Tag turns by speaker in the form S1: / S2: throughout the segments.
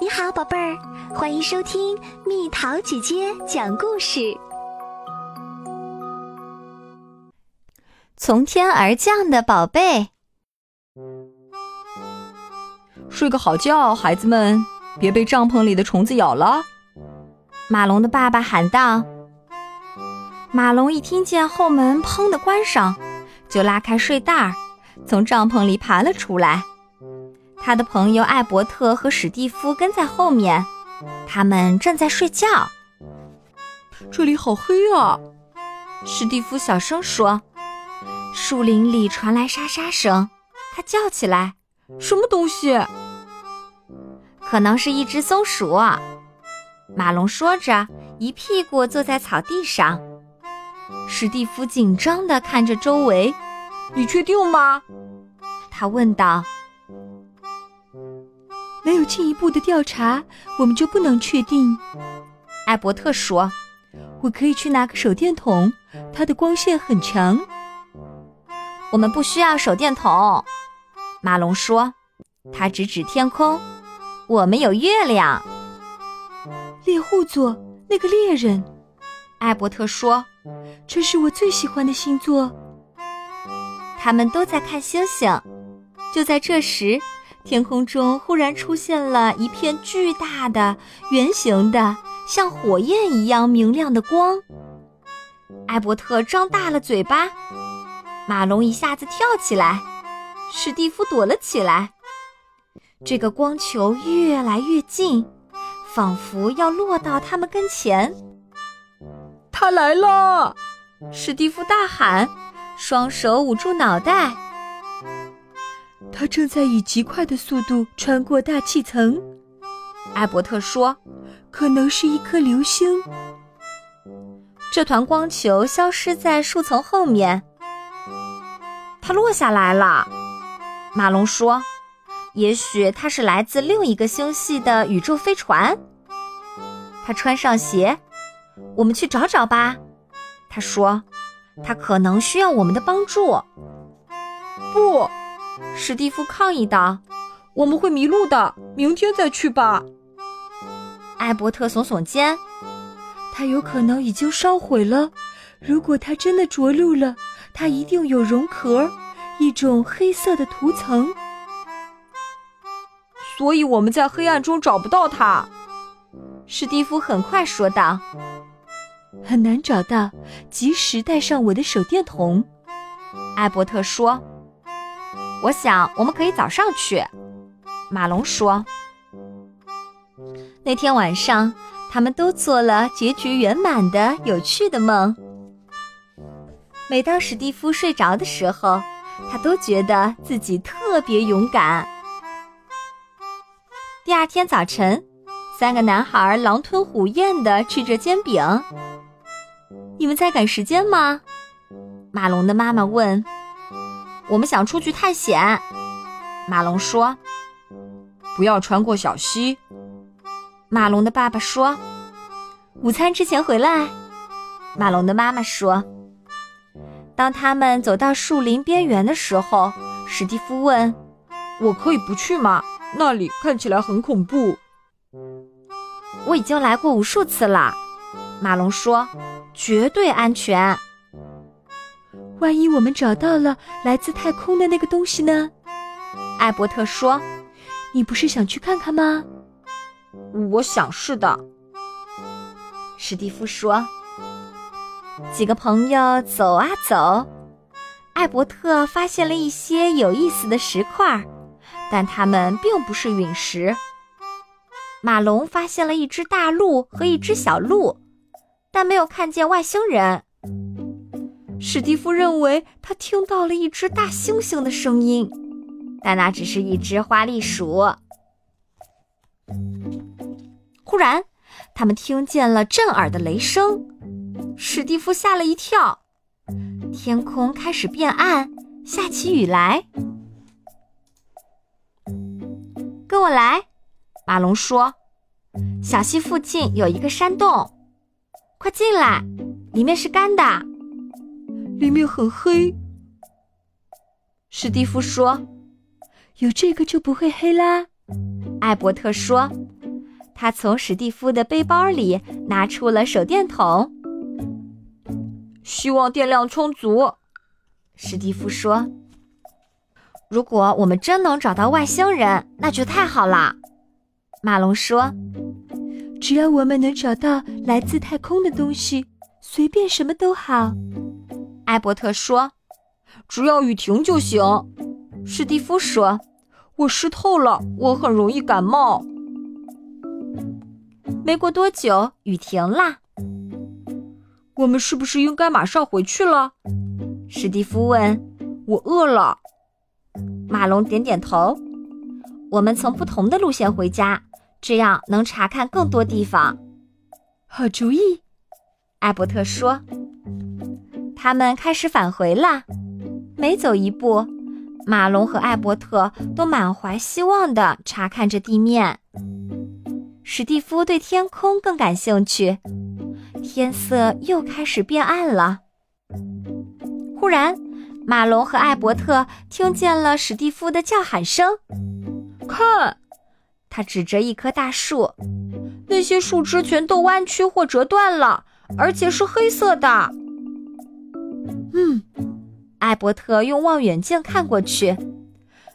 S1: 你好，宝贝儿，欢迎收听蜜桃姐姐讲故事。
S2: 从天而降的宝贝，
S3: 睡个好觉，孩子们，别被帐篷里的虫子咬了。
S2: 马龙的爸爸喊道。马龙一听见后门砰的关上，就拉开睡袋儿，从帐篷里爬了出来。他的朋友艾伯特和史蒂夫跟在后面，他们正在睡觉。
S3: 这里好黑啊！
S2: 史蒂夫小声说：“树林里传来沙沙声。”他叫起来：“
S3: 什么东西？”
S2: 可能是一只松鼠。啊马龙说着，一屁股坐在草地上。史蒂夫紧张地看着周围。
S3: “你确定吗？”
S2: 他问道。
S4: “没有进一步的调查，我们就不能确定。”
S2: 艾伯特说。
S4: “我可以去拿个手电筒，它的光线很强。”“
S2: 我们不需要手电筒。”马龙说。他指指天空，“我们有月亮。”
S4: 猎户座那个猎人，
S2: 艾伯特说：“
S4: 这是我最喜欢的星座。”
S2: 他们都在看星星。就在这时，天空中忽然出现了一片巨大的、圆形的、像火焰一样明亮的光。艾伯特张大了嘴巴，马龙一下子跳起来，史蒂夫躲了起来。这个光球越来越近。仿佛要落到他们跟前，
S3: 他来了！
S2: 史蒂夫大喊，双手捂住脑袋。
S4: 他正在以极快的速度穿过大气层，
S2: 艾伯特说：“
S4: 可能是一颗流星。”
S2: 这团光球消失在树丛后面，它落下来了。马龙说。也许它是来自另一个星系的宇宙飞船。他穿上鞋，我们去找找吧。他说，他可能需要我们的帮助。
S3: 不，
S2: 史蒂夫抗议道，
S3: 我们会迷路的。明天再去吧。
S2: 艾伯特耸耸肩，
S4: 他有可能已经烧毁了。如果它真的着陆了，它一定有绒壳，一种黑色的涂层。
S3: 所以我们在黑暗中找不到它，
S2: 史蒂夫很快说道：“
S4: 很难找到，及时带上我的手电筒。”
S2: 艾伯特说：“我想我们可以早上去。”马龙说：“那天晚上，他们都做了结局圆满的有趣的梦。每当史蒂夫睡着的时候，他都觉得自己特别勇敢。”第二天早晨，三个男孩狼吞虎咽地吃着煎饼。你们在赶时间吗？马龙的妈妈问。我们想出去探险，马龙说。
S3: 不要穿过小溪，
S2: 马龙的爸爸说。午餐之前回来，马龙的妈妈说。当他们走到树林边缘的时候，史蒂夫问：“
S3: 我可以不去吗？”那里看起来很恐怖。
S2: 我已经来过无数次了，马龙说，绝对安全。
S4: 万一我们找到了来自太空的那个东西呢？
S2: 艾伯特说：“
S4: 你不是想去看看吗？”
S3: 我想是的，
S2: 史蒂夫说。几个朋友走啊走，艾伯特发现了一些有意思的石块。但它们并不是陨石。马龙发现了一只大鹿和一只小鹿，但没有看见外星人。史蒂夫认为他听到了一只大猩猩的声音，但那只是一只花栗鼠。忽然，他们听见了震耳的雷声，史蒂夫吓了一跳。天空开始变暗，下起雨来。跟我来，马龙说：“小溪附近有一个山洞，快进来，里面是干的，
S3: 里面很黑。”
S2: 史蒂夫说：“
S4: 有这个就不会黑啦。”
S2: 艾伯特说：“他从史蒂夫的背包里拿出了手电筒。
S3: 希望电量充足。
S2: 史蒂夫说：“如果我们真能找到外星人，那就太好了。”马龙说：“
S4: 只要我们能找到来自太空的东西，随便什么都好。”
S2: 艾伯特说：“
S3: 只要雨停就行。”
S2: 史蒂夫说：“
S3: 我湿透了，我很容易感冒。”
S2: 没过多久，雨停啦。
S3: 我们是不是应该马上回去了？
S2: 史蒂夫问。
S3: 我饿了。
S2: 马龙点点头。我们从不同的路线回家，这样能查看更多地方。
S4: 好主意，
S2: 艾伯特说。他们开始返回啦。每走一步，马龙和艾伯特都满怀希望地查看着地面。史蒂夫对天空更感兴趣。天色又开始变暗了。忽然，马龙和艾伯特听见了史蒂夫的叫喊声。
S3: 看，
S2: 他指着一棵大树，
S3: 那些树枝全都弯曲或折断了，而且是黑色的。
S4: 嗯，
S2: 艾伯特用望远镜看过去，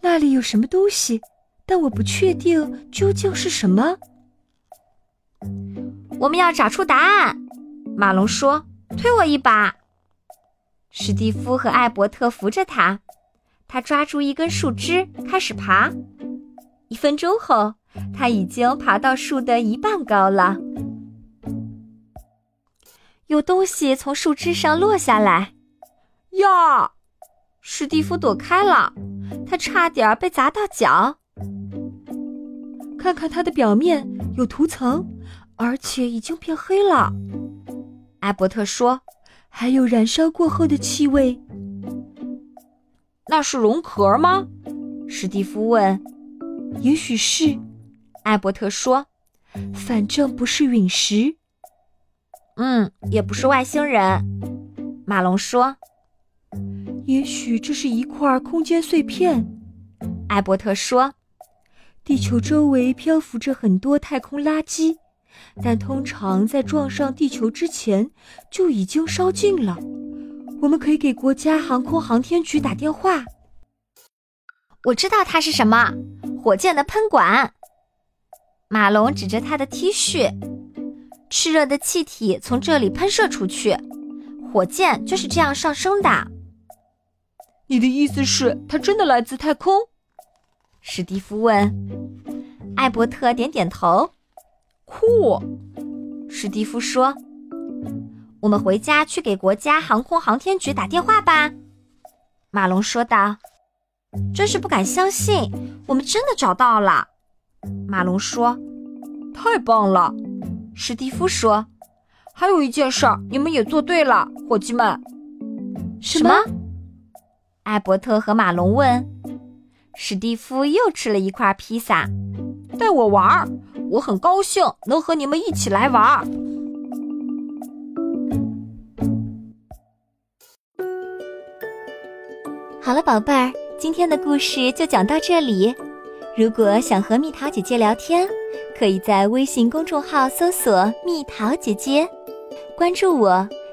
S4: 那里有什么东西，但我不确定究竟是什么。
S2: 我们要找出答案，马龙说：“推我一把。”史蒂夫和艾伯特扶着他，他抓住一根树枝开始爬。一分钟后，他已经爬到树的一半高了。有东西从树枝上落下来，
S3: 呀！
S2: 史蒂夫躲开了，他差点被砸到脚。
S4: 看看它的表面有涂层。而且已经变黑了，
S2: 艾伯特说：“
S4: 还有燃烧过后的气味。”
S3: 那是龙壳吗？
S2: 史蒂夫问。
S4: “也许是。”
S2: 艾伯特说，“
S4: 反正不是陨石。”“
S2: 嗯，也不是外星人。”马龙说。
S4: “也许这是一块空间碎片。”
S2: 艾伯特说。
S4: “地球周围漂浮着很多太空垃圾。”但通常在撞上地球之前就已经烧尽了。我们可以给国家航空航天局打电话。
S2: 我知道它是什么，火箭的喷管。马龙指着他的 T 恤，炽热的气体从这里喷射出去，火箭就是这样上升的。
S3: 你的意思是它真的来自太空？
S2: 史蒂夫问。艾伯特点点头。
S3: 酷，
S2: 史蒂夫说：“我们回家去给国家航空航天局打电话吧。”马龙说道：“真是不敢相信，我们真的找到了。”马龙说：“
S3: 太棒了！”
S2: 史蒂夫说：“
S3: 还有一件事儿，你们也做对了，伙计们。”
S2: 什么？艾伯特和马龙问。史蒂夫又吃了一块披萨，
S3: 带我玩儿。我很高兴能和你们一起来玩儿。
S2: 好了，宝贝儿，今天的故事就讲到这里。如果想和蜜桃姐姐聊天，可以在微信公众号搜索“蜜桃姐姐”，关注我，